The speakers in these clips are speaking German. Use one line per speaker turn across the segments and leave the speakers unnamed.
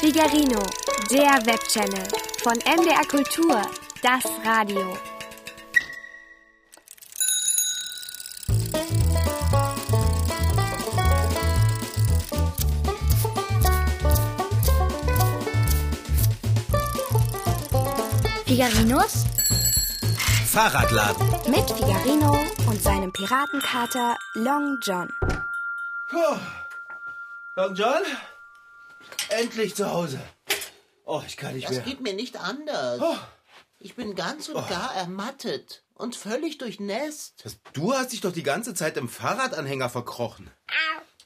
Figarino, der Webchannel von MDR Kultur, das Radio. Figarinos
Fahrradladen.
mit Figarino und seinem Piratenkater Long John.
Long John, endlich zu Hause. Oh, ich kann nicht
Das
mehr.
geht mir nicht anders. Ich bin ganz und gar ermattet und völlig durchnässt.
Das- Du hast dich doch die ganze Zeit im Fahrradanhänger verkrochen.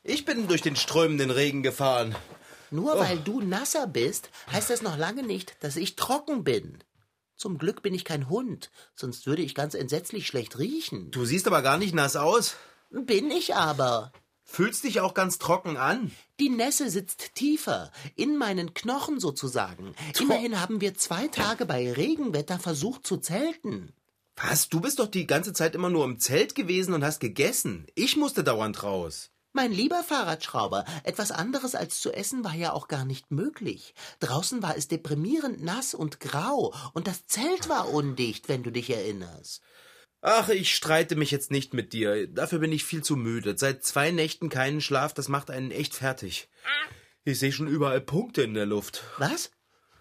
Ich bin durch den strömenden Regen gefahren.
Nur weil du nasser bist, heißt das noch lange nicht, dass ich trocken bin. Zum Glück bin ich kein Hund, sonst würde ich ganz entsetzlich schlecht riechen.
Du siehst aber gar nicht nass aus.
Bin ich aber.
Fühlst dich auch ganz trocken an.
Die Nässe sitzt tiefer, in meinen Knochen sozusagen. Immerhin haben wir zwei Tage bei Regenwetter versucht zu zelten.
Was? Du bist doch die ganze Zeit immer nur im Zelt gewesen und hast gegessen. Ich musste dauernd raus.
Mein lieber Fahrradschrauber, etwas anderes als zu essen war ja auch gar nicht möglich. Draußen war es deprimierend nass und grau und das Zelt war undicht, wenn du dich erinnerst.
Ach, ich streite mich jetzt nicht mit dir. Dafür bin ich viel zu müde. Seit zwei Nächten keinen Schlaf, das macht einen echt fertig. Ich sehe schon überall Punkte in der Luft.
Was?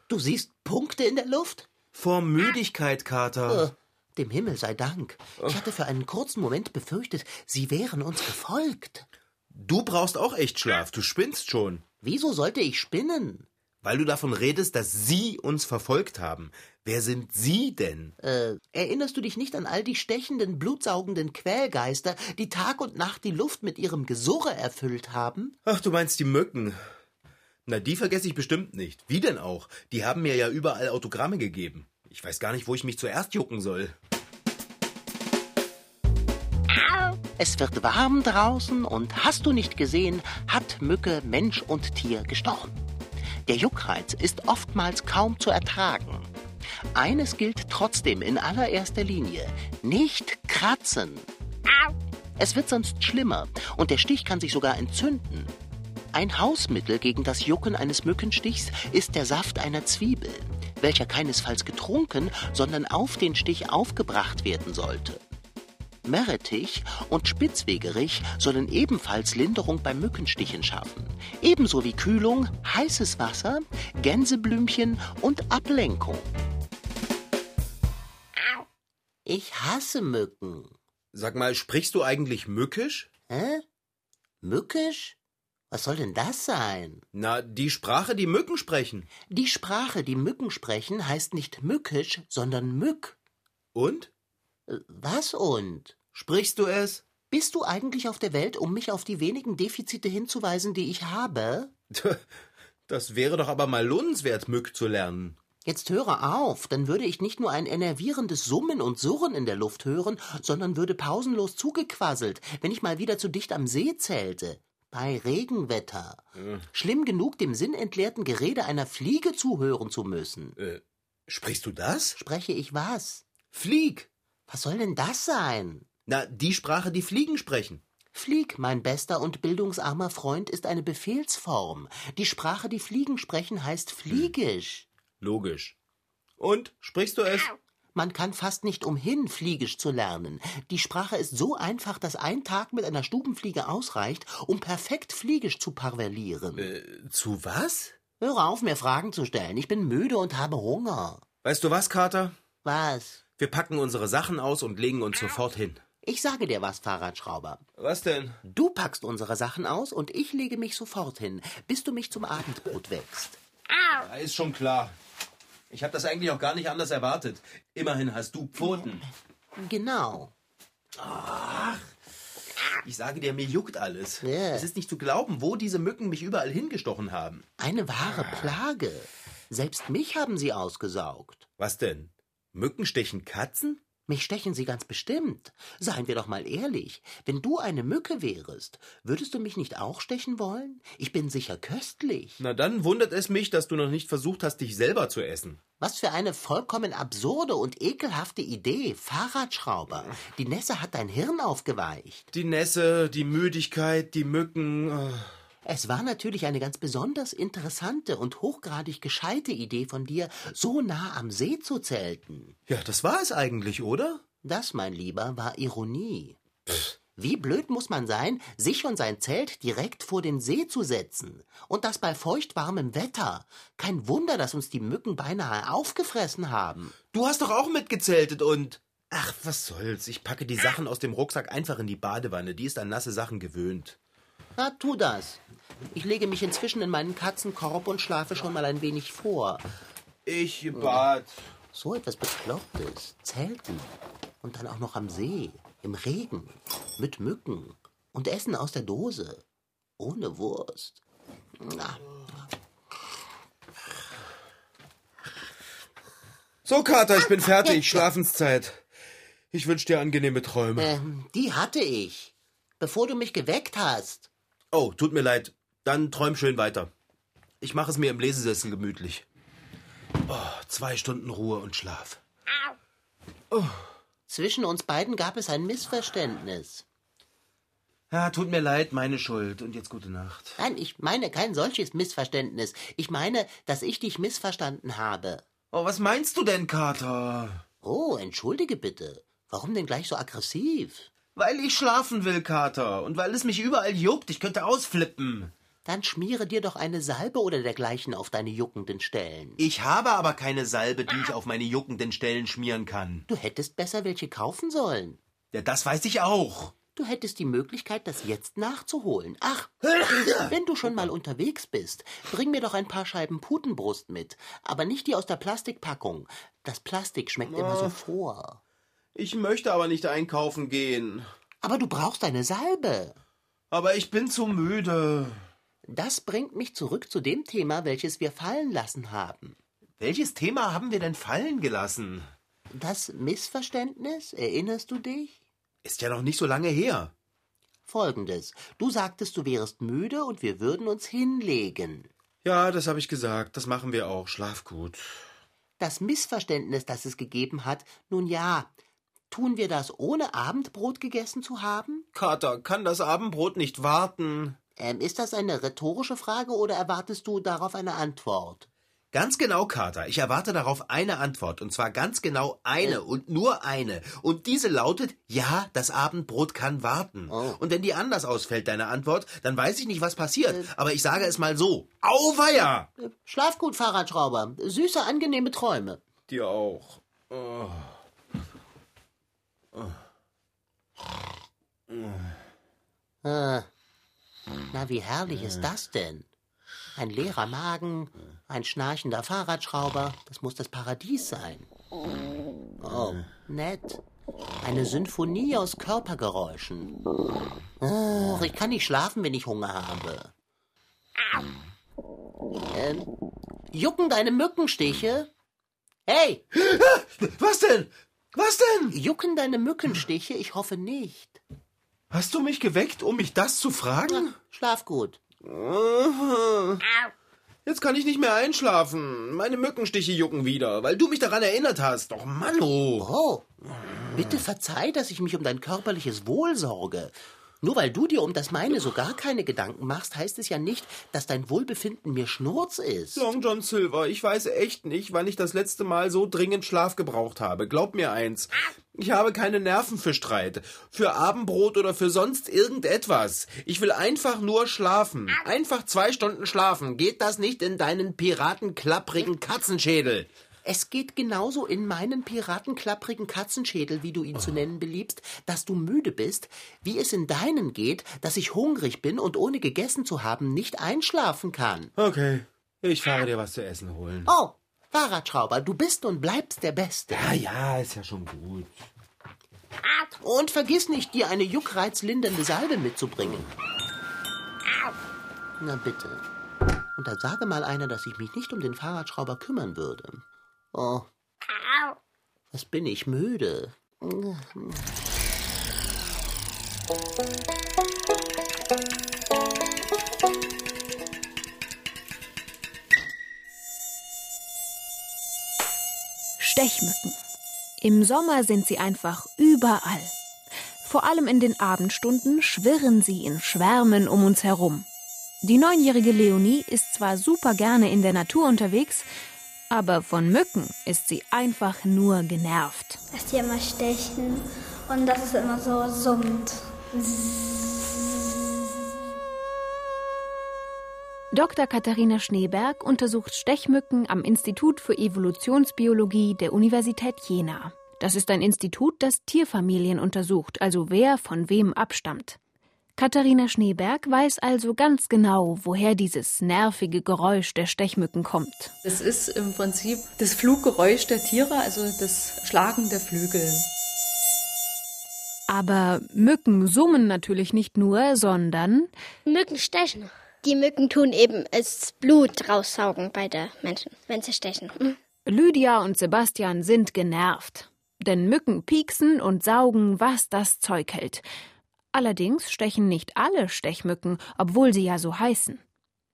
Du siehst Punkte in der Luft?
Vor Müdigkeit,
Äh,
Kater.
Dem Himmel sei Dank. Ich hatte für einen kurzen Moment befürchtet, sie wären uns gefolgt.
Du brauchst auch echt Schlaf. Du spinnst schon.
Wieso sollte ich spinnen?
Weil du davon redest, dass sie uns verfolgt haben. Wer sind sie denn?
Äh, erinnerst du dich nicht an all die stechenden, blutsaugenden Quälgeister, die Tag und Nacht die Luft mit ihrem Gesurre erfüllt haben?
Ach, du meinst die Mücken. Na, die vergesse ich bestimmt nicht. Wie denn auch? Die haben mir ja überall Autogramme gegeben. Ich weiß gar nicht, wo ich mich zuerst jucken soll.
Es wird warm draußen und hast du nicht gesehen, hat Mücke Mensch und Tier gestorben. Der Juckreiz ist oftmals kaum zu ertragen. Eines gilt trotzdem in allererster Linie, nicht kratzen. Es wird sonst schlimmer und der Stich kann sich sogar entzünden. Ein Hausmittel gegen das Jucken eines Mückenstichs ist der Saft einer Zwiebel, welcher keinesfalls getrunken, sondern auf den Stich aufgebracht werden sollte. Merretich und Spitzwegerich sollen ebenfalls Linderung bei Mückenstichen schaffen. Ebenso wie Kühlung, heißes Wasser, Gänseblümchen und Ablenkung. Ich hasse Mücken.
Sag mal, sprichst du eigentlich mückisch?
Hä? Mückisch? Was soll denn das sein?
Na, die Sprache, die Mücken sprechen.
Die Sprache, die Mücken sprechen, heißt nicht mückisch, sondern mück.
Und?
Äh, Was und?
Sprichst du es?
Bist du eigentlich auf der Welt, um mich auf die wenigen Defizite hinzuweisen, die ich habe?
Tö, Das wäre doch aber mal lohnenswert, Mück zu lernen.
Jetzt höre auf, dann würde ich nicht nur ein enervierendes Summen und Surren in der Luft hören, sondern würde pausenlos zugequasselt, wenn ich mal wieder zu dicht am See zählte. Bei Regenwetter. Schlimm genug, dem sinnentleerten Gerede einer Fliege zuhören zu müssen.
Äh, sprichst du das?
Spreche ich was?
Flieg!
Was soll denn das sein?
Na, die Sprache, die Fliegen sprechen.
Flieg, mein bester und bildungsarmer Freund, ist eine Befehlsform. Die Sprache, die Fliegen sprechen, heißt Fliegisch.
Logisch. Und? Sprichst du es?
Man kann fast nicht umhin, Fliegisch zu lernen. Die Sprache ist so einfach, dass ein Tag mit einer Stubenfliege ausreicht, um perfekt Fliegisch zu parvelieren.
Äh, zu was?
Höre auf, mir Fragen zu stellen. Ich bin müde und habe Hunger.
Weißt du was, Kater?
Was?
Wir packen unsere Sachen aus und legen uns sofort hin.
Ich sage dir was, Fahrradschrauber.
Was denn?
Du packst unsere Sachen aus und ich lege mich sofort hin, bis du mich zum Abendbrot wächst.
Ja, ist schon klar. Ich habe das eigentlich auch gar nicht anders erwartet. Immerhin hast du Pfoten.
Genau.
Ich sage dir, mir juckt alles.
Ja.
Es ist nicht zu glauben, wo diese Mücken mich überall hingestochen haben.
Eine wahre Plage. Selbst mich haben sie ausgesaugt.
Was denn? Mücken stechen Katzen?
Mich stechen sie ganz bestimmt. Seien wir doch mal ehrlich. Wenn du eine Mücke wärest, würdest du mich nicht auch stechen wollen? Ich bin sicher köstlich.
Na dann wundert es mich, dass du noch nicht versucht hast, dich selber zu essen.
Was für eine vollkommen absurde und ekelhafte Idee, Fahrradschrauber. Die Nässe hat dein Hirn aufgeweicht.
Die Nässe, die Müdigkeit, die Mücken. ah.
Es war natürlich eine ganz besonders interessante und hochgradig gescheite Idee von dir, so nah am See zu zelten.
Ja, das war es eigentlich, oder?
Das, mein Lieber, war Ironie. Wie blöd muss man sein, sich und sein Zelt direkt vor den See zu setzen. Und das bei feuchtwarmem Wetter. Kein Wunder, dass uns die Mücken beinahe aufgefressen haben.
Du hast doch auch mitgezeltet und. Ach, was soll's. Ich packe die Sachen aus dem Rucksack einfach in die Badewanne. Die ist an nasse Sachen gewöhnt.
Na, tu das. Ich lege mich inzwischen in meinen Katzenkorb und schlafe schon mal ein wenig vor.
Ich bad.
So etwas Beklopptes. Zelten. Und dann auch noch am See. Im Regen. Mit Mücken. Und Essen aus der Dose. Ohne Wurst. Na,
So, Kater, ich bin fertig. Schlafenszeit. Ich wünsch dir angenehme Träume.
ähm, die hatte ich. Bevor du mich geweckt hast.
Oh, tut mir leid. Dann träum schön weiter. Ich mache es mir im Lesesessel gemütlich. Oh, zwei Stunden Ruhe und Schlaf.
Zwischen uns beiden gab es ein Missverständnis.
Ja, tut mir leid, meine Schuld. Und jetzt gute Nacht.
Nein, ich meine kein solches Missverständnis. Ich meine, dass ich dich missverstanden habe.
Oh, was meinst du denn, Kater?
Oh, entschuldige bitte. Warum denn gleich so aggressiv?
Weil ich schlafen will, Kater. Und weil es mich überall juckt. Ich könnte ausflippen.
Dann schmiere dir doch eine Salbe oder dergleichen auf deine juckenden Stellen.
Ich habe aber keine Salbe, die ich auf meine juckenden Stellen schmieren kann.
Du hättest besser welche kaufen sollen.
Ja, das weiß ich auch.
Du hättest die Möglichkeit, das jetzt nachzuholen. Ach, wenn du schon mal unterwegs bist, bring mir doch ein paar Scheiben Putenbrust mit, aber nicht die aus der Plastikpackung. Das Plastik schmeckt immer so vor.
Ich möchte aber nicht einkaufen gehen.
Aber du brauchst eine Salbe.
Aber ich bin zu müde.
Das bringt mich zurück zu dem Thema, welches wir fallen lassen haben.
Welches Thema haben wir denn fallen gelassen?
Das Missverständnis, erinnerst du dich?
Ist ja noch nicht so lange her.
Folgendes. Du sagtest, du wärest müde und wir würden uns hinlegen.
Ja, das habe ich gesagt. Das machen wir auch. Schlaf gut.
Das Missverständnis, das es gegeben hat, nun ja, tun wir das ohne Abendbrot gegessen zu haben?
Kater, kann das Abendbrot nicht warten?
Ähm, ist das eine rhetorische Frage oder erwartest du darauf eine Antwort?
Ganz genau, Kater. Ich erwarte darauf eine Antwort. Und zwar ganz genau eine und nur eine. Und diese lautet, ja, das Abendbrot kann warten. Und wenn die anders ausfällt, deine Antwort, dann weiß ich nicht, was passiert. Aber ich sage es mal so. Auweia!
Äh, Schlaf gut, Fahrradschrauber. Süße, angenehme Träume.
Dir auch. Oh.
Ah. Na, wie herrlich ist das denn? Ein leerer Magen, ein schnarchender Fahrradschrauber, das muss das Paradies sein. Oh, nett. Eine Sinfonie aus Körpergeräuschen. Oh, ich kann nicht schlafen, wenn ich Hunger habe. Ähm, jucken deine Mückenstiche? Hey,
Was denn? Was denn?
jucken deine Mückenstiche? Ich hoffe nicht.
Hast du mich geweckt, um mich das zu fragen?
Schlaf gut.
Jetzt kann ich nicht mehr einschlafen. Meine Mückenstiche jucken wieder, weil du mich daran erinnert hast. Doch Mann, oh.
Oh, bitte verzeih, dass ich mich um dein körperliches Wohl sorge. Nur weil du dir um das meine so gar keine Gedanken machst, heißt es ja nicht, dass dein Wohlbefinden mir Schnurz ist.
Long John Silver, ich weiß echt nicht, wann ich das letzte Mal so dringend Schlaf gebraucht habe. Glaub mir eins. Ich habe keine Nerven für Streit, für Abendbrot oder für sonst irgendetwas. Ich will einfach nur schlafen. Einfach zwei Stunden schlafen. Geht das nicht in deinen piratenklapprigen Katzenschädel?
Es geht genauso in meinen piratenklapprigen Katzenschädel, wie du ihn zu nennen beliebst, dass du müde bist, wie es in deinen geht, dass ich hungrig bin und ohne gegessen zu haben nicht einschlafen kann.
Okay, ich fahre dir was zu essen holen.
Oh, Fahrradschrauber, du bist und bleibst der Beste.
Ah ja, ist ja schon gut.
Und vergiss nicht, dir eine juckreizlindernde Salbe mitzubringen. Na bitte. Und dann sage mal einer, dass ich mich nicht um den Fahrradschrauber kümmern würde. Oh, was bin ich müde.
Stechmücken. Im Sommer sind sie einfach überall. Vor allem in den Abendstunden schwirren sie in Schwärmen um uns herum.
Die neunjährige Leonie ist zwar super gerne in der Natur unterwegs, aber von Mücken ist sie einfach nur genervt.
dass die immer stechen und dass es immer so summt.
Dr. Katharina Schneeberg untersucht Stechmücken am Institut für Evolutionsbiologie der Universität Jena. Das ist ein Institut, das Tierfamilien untersucht, also wer von wem abstammt. Katharina Schneeberg weiß also ganz genau, woher dieses nervige Geräusch der Stechmücken kommt.
Das ist im Prinzip das Fluggeräusch der Tiere, also das Schlagen der Flügel.
Aber Mücken summen natürlich nicht nur, sondern
Mücken stechen. Die Mücken tun eben das Blut raussaugen bei den Menschen, wenn sie stechen. Hm.
Lydia und Sebastian sind genervt. Denn Mücken pieksen und saugen, was das Zeug hält. Allerdings stechen nicht alle Stechmücken, obwohl sie ja so heißen.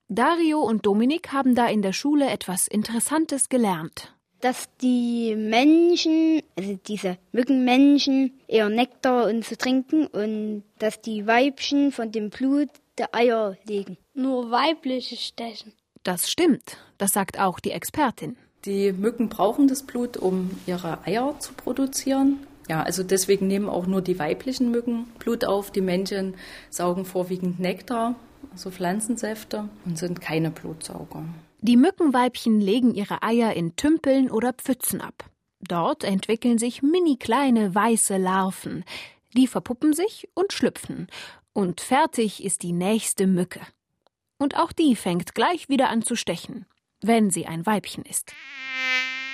Dario und Dominik haben da in der Schule etwas Interessantes gelernt.
Dass die Menschen, also diese Mückenmenschen, eher Nektar und zu trinken und dass die Weibchen von dem Blut der Eier legen.
Nur weibliche stechen.
Das stimmt, das sagt auch die Expertin.
Die Mücken brauchen das Blut, um ihre Eier zu produzieren. Ja, also deswegen nehmen auch nur die weiblichen Mücken Blut auf. Die Männchen saugen vorwiegend Nektar, also Pflanzensäfte und sind keine Blutsauger.
Die Mückenweibchen legen ihre Eier in Tümpeln oder Pfützen ab. Dort entwickeln sich mini kleine weiße Larven. Die verpuppen sich und schlüpfen. Und fertig ist die nächste Mücke. Und auch die fängt gleich wieder an zu stechen, wenn sie ein Weibchen ist.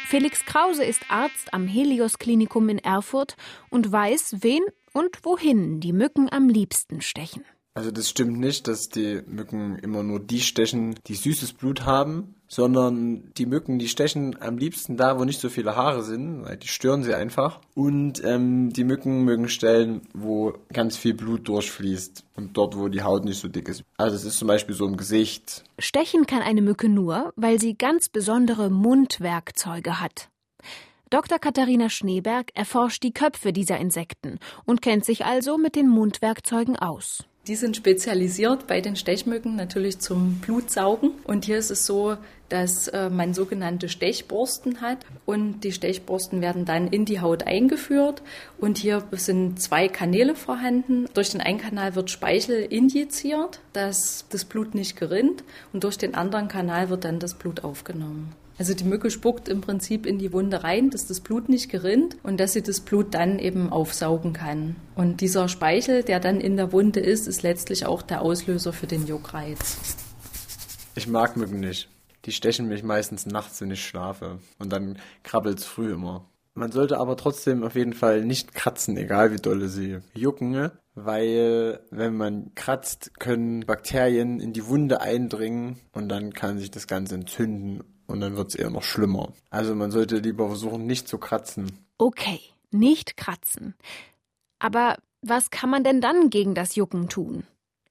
Felix Krause ist Arzt am Helios Klinikum in Erfurt und weiß, wen und wohin die Mücken am liebsten stechen.
Also das stimmt nicht, dass die Mücken immer nur die stechen, die süßes Blut haben, sondern die Mücken, die stechen am liebsten da, wo nicht so viele Haare sind, weil die stören sie einfach. Und ähm, die Mücken mögen Stellen, wo ganz viel Blut durchfließt und dort, wo die Haut nicht so dick ist. Also es ist zum Beispiel so im Gesicht.
Stechen kann eine Mücke nur, weil sie ganz besondere Mundwerkzeuge hat. Dr. Katharina Schneeberg erforscht die Köpfe dieser Insekten und kennt sich also mit den Mundwerkzeugen aus.
Die sind spezialisiert bei den Stechmücken natürlich zum Blutsaugen. Und hier ist es so, dass äh, man sogenannte Stechborsten hat und die Stechborsten werden dann in die Haut eingeführt. Und hier sind zwei Kanäle vorhanden. Durch den einen Kanal wird Speichel injiziert, dass das Blut nicht gerinnt und durch den anderen Kanal wird dann das Blut aufgenommen. Also die Mücke spuckt im Prinzip in die Wunde rein, dass das Blut nicht gerinnt und dass sie das Blut dann eben aufsaugen kann. Und dieser Speichel, der dann in der Wunde ist, ist letztlich auch der Auslöser für den Juckreiz.
Ich mag Mücken nicht. Die stechen mich meistens nachts, wenn ich schlafe. Und dann krabbelt's früh immer. Man sollte aber trotzdem auf jeden Fall nicht kratzen, egal wie dolle sie jucken, ne? weil wenn man kratzt, können Bakterien in die Wunde eindringen und dann kann sich das Ganze entzünden und dann wird's eher noch schlimmer. Also man sollte lieber versuchen, nicht zu kratzen.
Okay, nicht kratzen. Aber was kann man denn dann gegen das Jucken tun?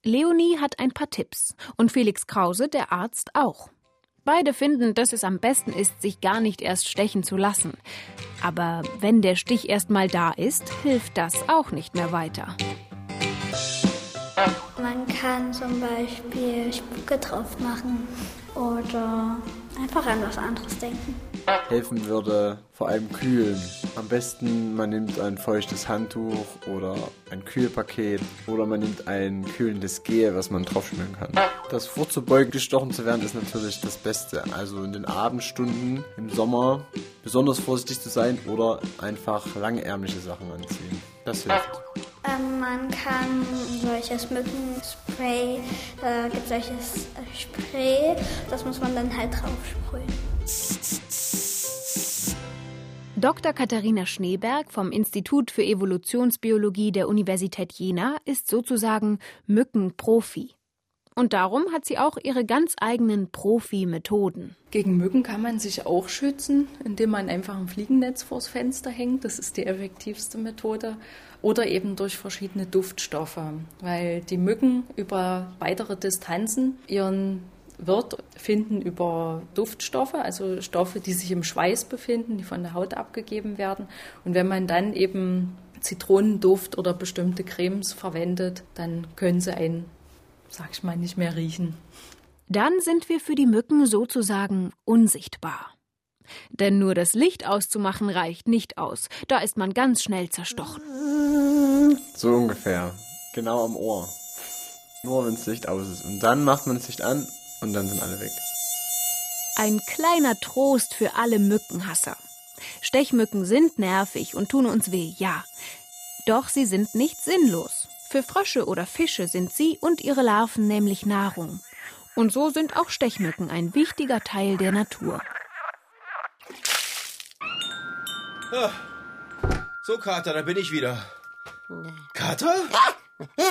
Leonie hat ein paar Tipps und Felix Krause, der Arzt, auch. Beide finden, dass es am besten ist, sich gar nicht erst stechen zu lassen. Aber wenn der Stich erstmal da ist, hilft das auch nicht mehr weiter.
Man kann zum Beispiel Spucke drauf machen oder einfach an was anderes denken.
helfen würde, vor allem kühlen. Am besten man nimmt ein feuchtes Handtuch oder ein Kühlpaket oder man nimmt ein kühlendes Gel, was man draufschmieren kann. Das vorzubeugen, gestochen zu werden, ist natürlich das Beste. Also in den Abendstunden im Sommer besonders vorsichtig zu sein oder einfach langärmliche Sachen anziehen. Das hilft.
Ähm, man kann solches Mückenspray, äh, gibt solches äh, Spray, das muss man dann halt drauf sprühen.
Dr. Katharina Schneeberg vom Institut für Evolutionsbiologie der Universität Jena ist sozusagen Mückenprofi. Und darum hat sie auch ihre ganz eigenen Profi-Methoden.
Gegen Mücken kann man sich auch schützen, indem man einfach ein Fliegennetz vors Fenster hängt. Das ist die effektivste Methode. Oder eben durch verschiedene Duftstoffe, weil die Mücken über weitere Distanzen ihren Wirt finden über Duftstoffe, also Stoffe, die sich im Schweiß befinden, die von der Haut abgegeben werden. Und wenn man dann eben Zitronenduft oder bestimmte Cremes verwendet, dann können sie einen sag ich mal, nicht mehr riechen.
Dann sind wir für die Mücken sozusagen unsichtbar. Denn nur das Licht auszumachen reicht nicht aus. Da ist man ganz schnell zerstochen.
So ungefähr. Genau am Ohr. Nur wenn das Licht aus ist. Und dann macht man das Licht an und dann sind alle weg.
Ein kleiner Trost für alle Mückenhasser. Stechmücken sind nervig und tun uns weh, ja. Doch sie sind nicht sinnlos. Für Frösche oder Fische sind sie und ihre Larven nämlich Nahrung. Und so sind auch Stechmücken ein wichtiger Teil der Natur.
So, Kater, da bin ich wieder. Kater?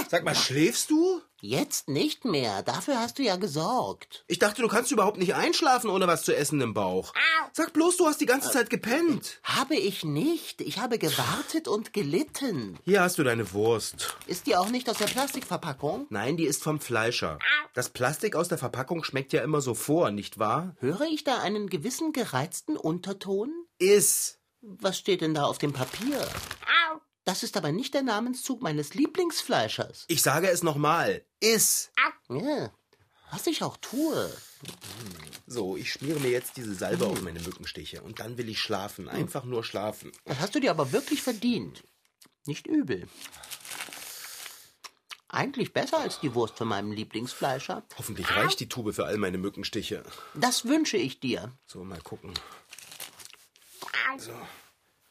Sag mal, schläfst du?
Jetzt nicht mehr. Dafür hast du ja gesorgt.
Ich dachte, du kannst überhaupt nicht einschlafen ohne was zu essen im Bauch. Sag bloß, du hast die ganze Zeit gepennt.
Habe ich nicht. Ich habe gewartet und gelitten.
Hier hast du deine Wurst.
Ist die auch nicht aus der Plastikverpackung?
Nein, die ist vom Fleischer. Das Plastik aus der Verpackung schmeckt ja immer so vor, nicht wahr?
Höre ich da einen gewissen gereizten Unterton?
Iss.
Was steht denn da auf dem Papier? Das ist aber nicht der Namenszug meines Lieblingsfleischers.
Ich sage es nochmal. Iss.
Ja, was ich auch tue.
So, ich schmiere mir jetzt diese Salbe auf meine Mückenstiche und dann will ich schlafen. Einfach nur schlafen.
Das hast du dir aber wirklich verdient. Nicht übel. Eigentlich besser als die Wurst von meinem Lieblingsfleischer.
Hoffentlich reicht die Tube für all meine Mückenstiche.
Das wünsche ich dir.
So, mal gucken. So.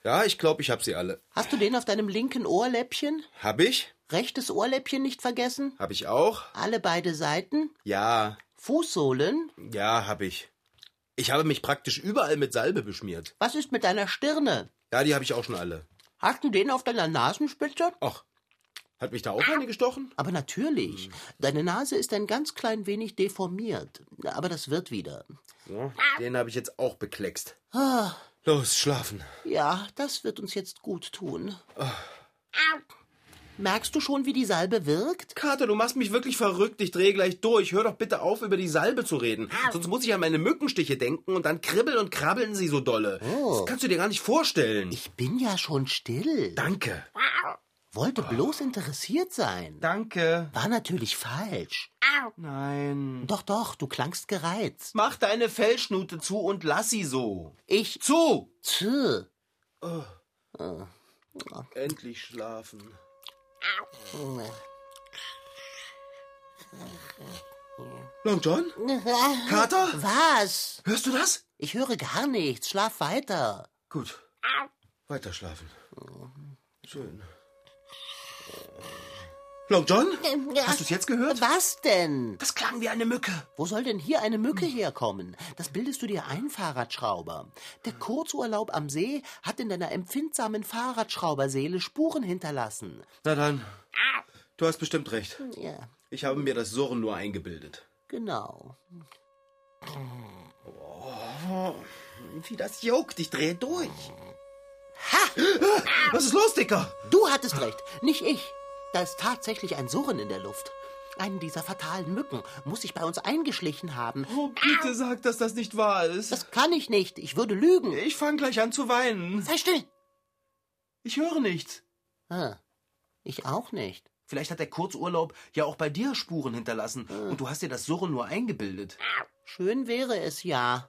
Ja, ich glaube, ich hab sie alle.
Hast du den auf deinem linken Ohrläppchen?
Hab ich?
Rechtes Ohrläppchen nicht vergessen?
Hab ich auch?
Alle beide Seiten?
Ja,
Fußsohlen?
ja, hab ich. Ich habe mich praktisch überall mit Salbe beschmiert.
Was ist mit deiner Stirne?
Ja, die hab ich auch schon alle.
Hast du den auf deiner Nasenspitze?
Ach, hat mich da auch eine gestochen?
Aber natürlich. Deine Nase ist ein ganz klein wenig deformiert. Aber das wird wieder.
So, den hab ich jetzt auch bekleckst. Los, schlafen.
Ja, das wird uns jetzt gut tun. Merkst du schon, wie die Salbe wirkt?
Kater, du machst mich wirklich verrückt. Ich drehe gleich durch. Hör doch bitte auf, über die Salbe zu reden. Sonst muss ich an meine Mückenstiche denken und dann kribbeln und krabbeln sie so dolle. Das kannst du dir gar nicht vorstellen.
Ich bin ja schon still.
Danke.
Wollte bloß interessiert sein.
Danke.
War natürlich falsch.
Nein.
Doch, doch, du klangst gereizt.
Mach deine Fellschnute zu und lass sie so.
Ich.
Zu!
Tö.
Endlich schlafen. Long John? Kater?
Was?
Hörst du das?
Ich höre gar nichts. Schlaf weiter.
Gut. Weiter schlafen. Schön. Long John? Hast du es jetzt gehört?
Was denn?
Das klang wie eine Mücke.
Wo soll denn hier eine Mücke herkommen? Das bildest du dir ein, Fahrradschrauber. Der Kurzurlaub am See hat in deiner empfindsamen Fahrradschrauberseele Spuren hinterlassen.
Na dann. Du hast bestimmt recht.
Ja,
Ich habe mir das Surren nur eingebildet.
genau.
Wie das juckt, ich drehe durch. Ha! Was ist los, Dicker?
Du hattest recht, nicht ich. Da ist tatsächlich ein Surren in der Luft. Einen dieser fatalen Mücken muss sich bei uns eingeschlichen haben.
Oh, bitte sag, dass das nicht wahr ist.
Das kann ich nicht. Ich würde lügen.
Ich fange gleich an zu weinen.
Sei still.
Ich höre nichts.
Ah, ich auch nicht.
Vielleicht hat der Kurzurlaub ja auch bei dir Spuren hinterlassen und du hast dir das Surren nur eingebildet.
Schön wäre es ja.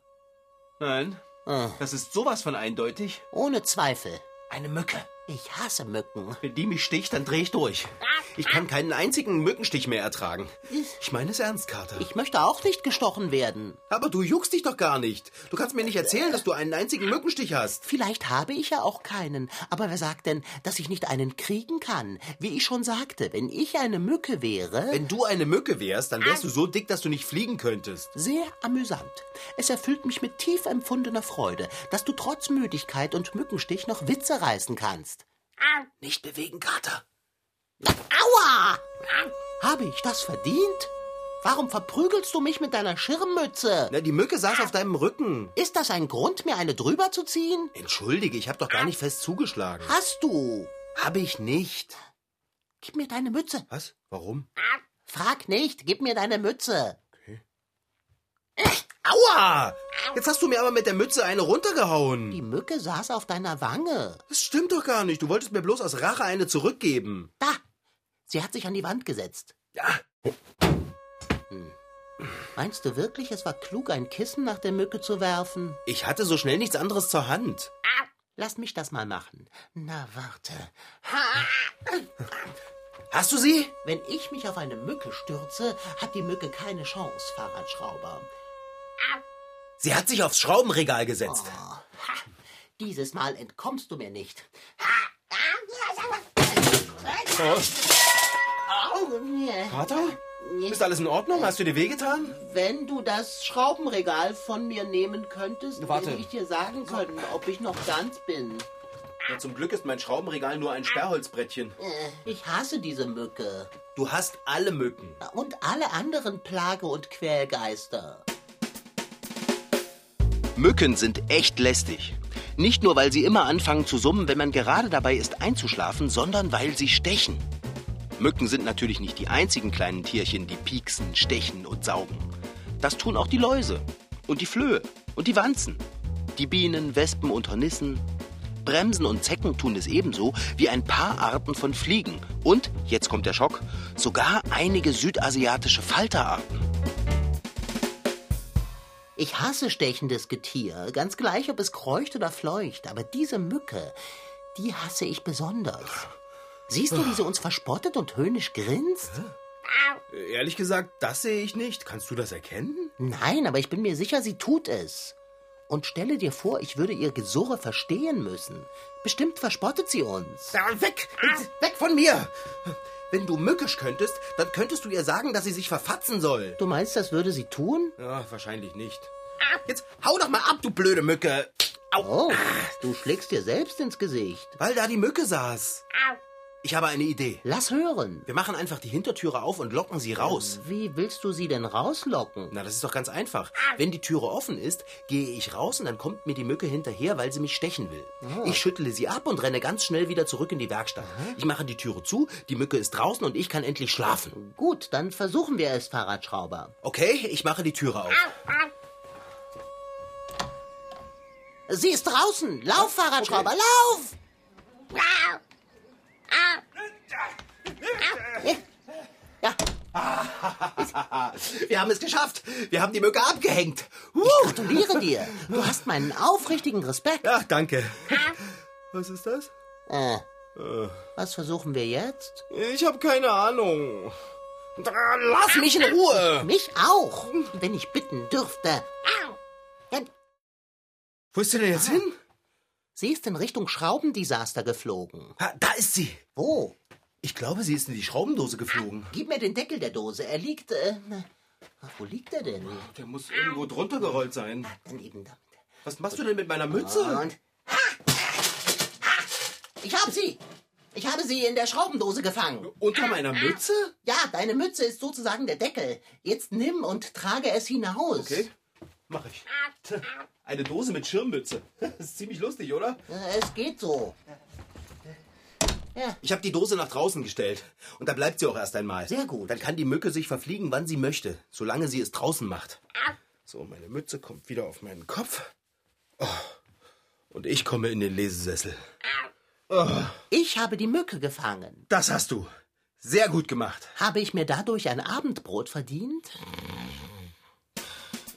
Nein,
Ah,
das ist sowas von eindeutig.
ohne Zweifel.
Eine Mücke.
Ich hasse Mücken.
Wenn die mich sticht, dann drehe ich durch. Ich kann keinen einzigen Mückenstich mehr ertragen. Ich meine es ernst, Kater.
Ich möchte auch nicht gestochen werden.
Aber du juckst dich doch gar nicht. Du kannst mir nicht erzählen, dass du einen einzigen Mückenstich hast.
Vielleicht habe ich ja auch keinen, aber wer sagt denn, dass ich nicht einen kriegen kann? Wie ich schon sagte, wenn ich eine Mücke wäre.
Wenn du eine Mücke wärst, dann wärst du so dick, dass du nicht fliegen könntest.
sehr amüsant. Es erfüllt mich mit tief empfundener Freude, dass du trotz Müdigkeit und Mückenstich noch Witze reißen kannst.
Nicht bewegen, Kater.
Aua! Habe ich das verdient? Warum verprügelst du mich mit deiner Schirmmütze?
Na, die Mücke saß auf deinem Rücken.
Ist das ein Grund, mir eine drüber zu ziehen?
Entschuldige, ich habe doch gar nicht fest zugeschlagen.
Hast du?
Habe ich nicht.
Gib mir deine Mütze.
Was? Warum?
Frag nicht, gib mir deine Mütze.
Aua! Jetzt hast du mir aber mit der Mütze eine runtergehauen.
Die Mücke saß auf deiner Wange.
Das stimmt doch gar nicht. Du wolltest mir bloß Hm. aus Rache eine zurückgeben.
Da! Sie hat sich an die Wand gesetzt.
Ja.
Hm. Meinst du wirklich, es war klug, ein Kissen nach der Mücke zu werfen?
Ich hatte so schnell nichts anderes zur Hand.
Lass mich das mal machen. Na, warte.
Hast du sie?
Wenn ich mich auf eine Mücke stürze, hat die Mücke keine Chance, Fahrradschrauber.
Sie hat sich aufs Schraubenregal gesetzt.
Dieses Mal entkommst du mir nicht. Ah,
Vater? Ist alles in Ordnung? Hast du dir wehgetan?
Wenn du das Schraubenregal von mir nehmen könntest,
Warte.
würde ich dir sagen können, ob ich noch ganz bin.
Ja, zum Glück ist mein Schraubenregal nur ein Sperrholzbrettchen.
Äh, Ich hasse diese Mücke.
Du hast alle Mücken.
Und alle anderen Plage- und Quälgeister.
Mücken sind echt lästig. Nicht nur, weil sie immer anfangen zu summen, wenn man gerade dabei ist einzuschlafen, sondern weil sie stechen. Mücken sind natürlich nicht die einzigen kleinen Tierchen, die pieksen, stechen und saugen. Das tun auch die Läuse und die Flöhe und die Wanzen. Die Bienen, Wespen und Hornissen. Bremsen und Zecken tun es ebenso wie ein paar Arten von Fliegen und, jetzt kommt der Schock, sogar einige südasiatische Falterarten.
Ich hasse stechendes Getier, ganz gleich, ob es kreucht oder fleucht, aber diese Mücke, die hasse ich besonders. Siehst du, wie sie uns verspottet und höhnisch grinst?
Äh, Ehrlich gesagt, das sehe ich nicht. Kannst du das erkennen?
Nein, aber ich bin mir sicher, sie tut es. Und stelle dir vor, ich würde ihr Gesurre verstehen müssen. Bestimmt verspottet sie uns. Äh?
weg! Weg von mir! Wenn du mückisch könntest, dann könntest du ihr sagen, dass sie sich verfatzen soll.
Du meinst, das würde sie tun?
Ja, wahrscheinlich nicht. Jetzt hau doch mal ab, du blöde Mücke! Au!
Oh, du schlägst dir selbst ins Gesicht.
Weil da die Mücke saß. Ich habe eine Idee.
Lass hören. Äh,
Wir machen einfach die Hintertüre auf und locken sie raus.
Wie willst du sie denn rauslocken?
Na, das ist doch ganz einfach. Wenn die Türe offen ist, gehe ich raus und dann kommt mir die Mücke hinterher, weil sie mich stechen will.
Ah.
Ich schüttle sie ab und renne ganz schnell wieder zurück in die Werkstatt. Ich mache die Türe zu, die Mücke ist draußen und ich kann endlich schlafen.
Gut, dann versuchen wir es, Fahrradschrauber.
Okay, ich mache die Türe auf.
Sie ist draußen. Lauf, Fahrradschrauber, lauf! Ja,
Wir haben es geschafft. Wir haben die Mücke abgehängt.
ich gratuliere dir. Du hast meinen aufrichtigen Respekt.
Ja, danke. Was ist das?
Äh, was versuchen wir jetzt?
Ich habe keine Ahnung. Lass mich in Ruhe.
Mich auch, wenn ich bitten dürfte. Ja,
Wo ist sie denn jetzt hin?
Sie ist in Richtung Schraubendesaster geflogen.
Ha, Ah, Da ist sie.
Wo?
Ich glaube, sie ist in die Schraubendose geflogen.
Gib mir den Deckel der Dose. Er liegt. Äh, wo liegt er denn?
Der muss irgendwo drunter gerollt sein.
Dann eben damit.
Was machst du denn mit meiner Mütze?
Und. Ich hab sie! Ich habe sie in der Schraubendose gefangen.
Unter meiner Mütze?
Ja, deine Mütze ist sozusagen der Deckel. Jetzt nimm und trage es hinaus.
Okay, mach ich. Eine Dose mit Schirmmütze. Das ist ziemlich lustig, oder?
Äh, Es geht so. Ja,
Ich habe die Dose nach draußen gestellt. Und da bleibt sie auch erst einmal.
Sehr gut.
Dann kann die Mücke sich verfliegen, wann sie möchte, solange sie es draußen macht. So, meine Mütze kommt wieder auf meinen Kopf. Oh. Und ich komme in den Lesesessel.
ich habe die Mücke gefangen.
Das hast du. Sehr gut gemacht.
Habe ich mir dadurch ein Abendbrot verdient?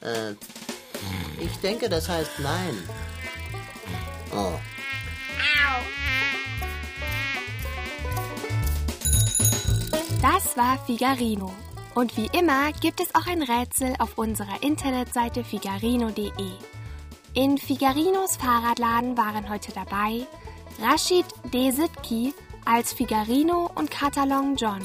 Äh, ich denke, das heißt nein. Oh.
Das war Figarino. Und wie immer gibt es auch ein Rätsel auf unserer Internetseite figarino.de. In Figarinos Fahrradladen waren heute dabei Rashid Desitki als Figarino und Katalon John,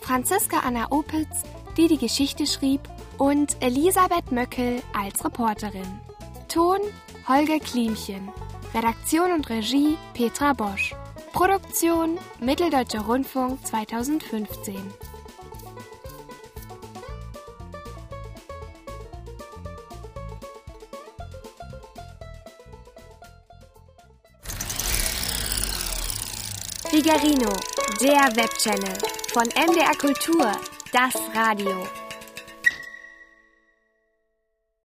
Franziska Anna Opitz, die die Geschichte schrieb, und Elisabeth Möckel als Reporterin. Ton Holger Klimchen. Redaktion und Regie Petra Bosch. Produktion Mitteldeutscher Rundfunk 2015. Figarino, der Webchannel von MDR Kultur, das Radio.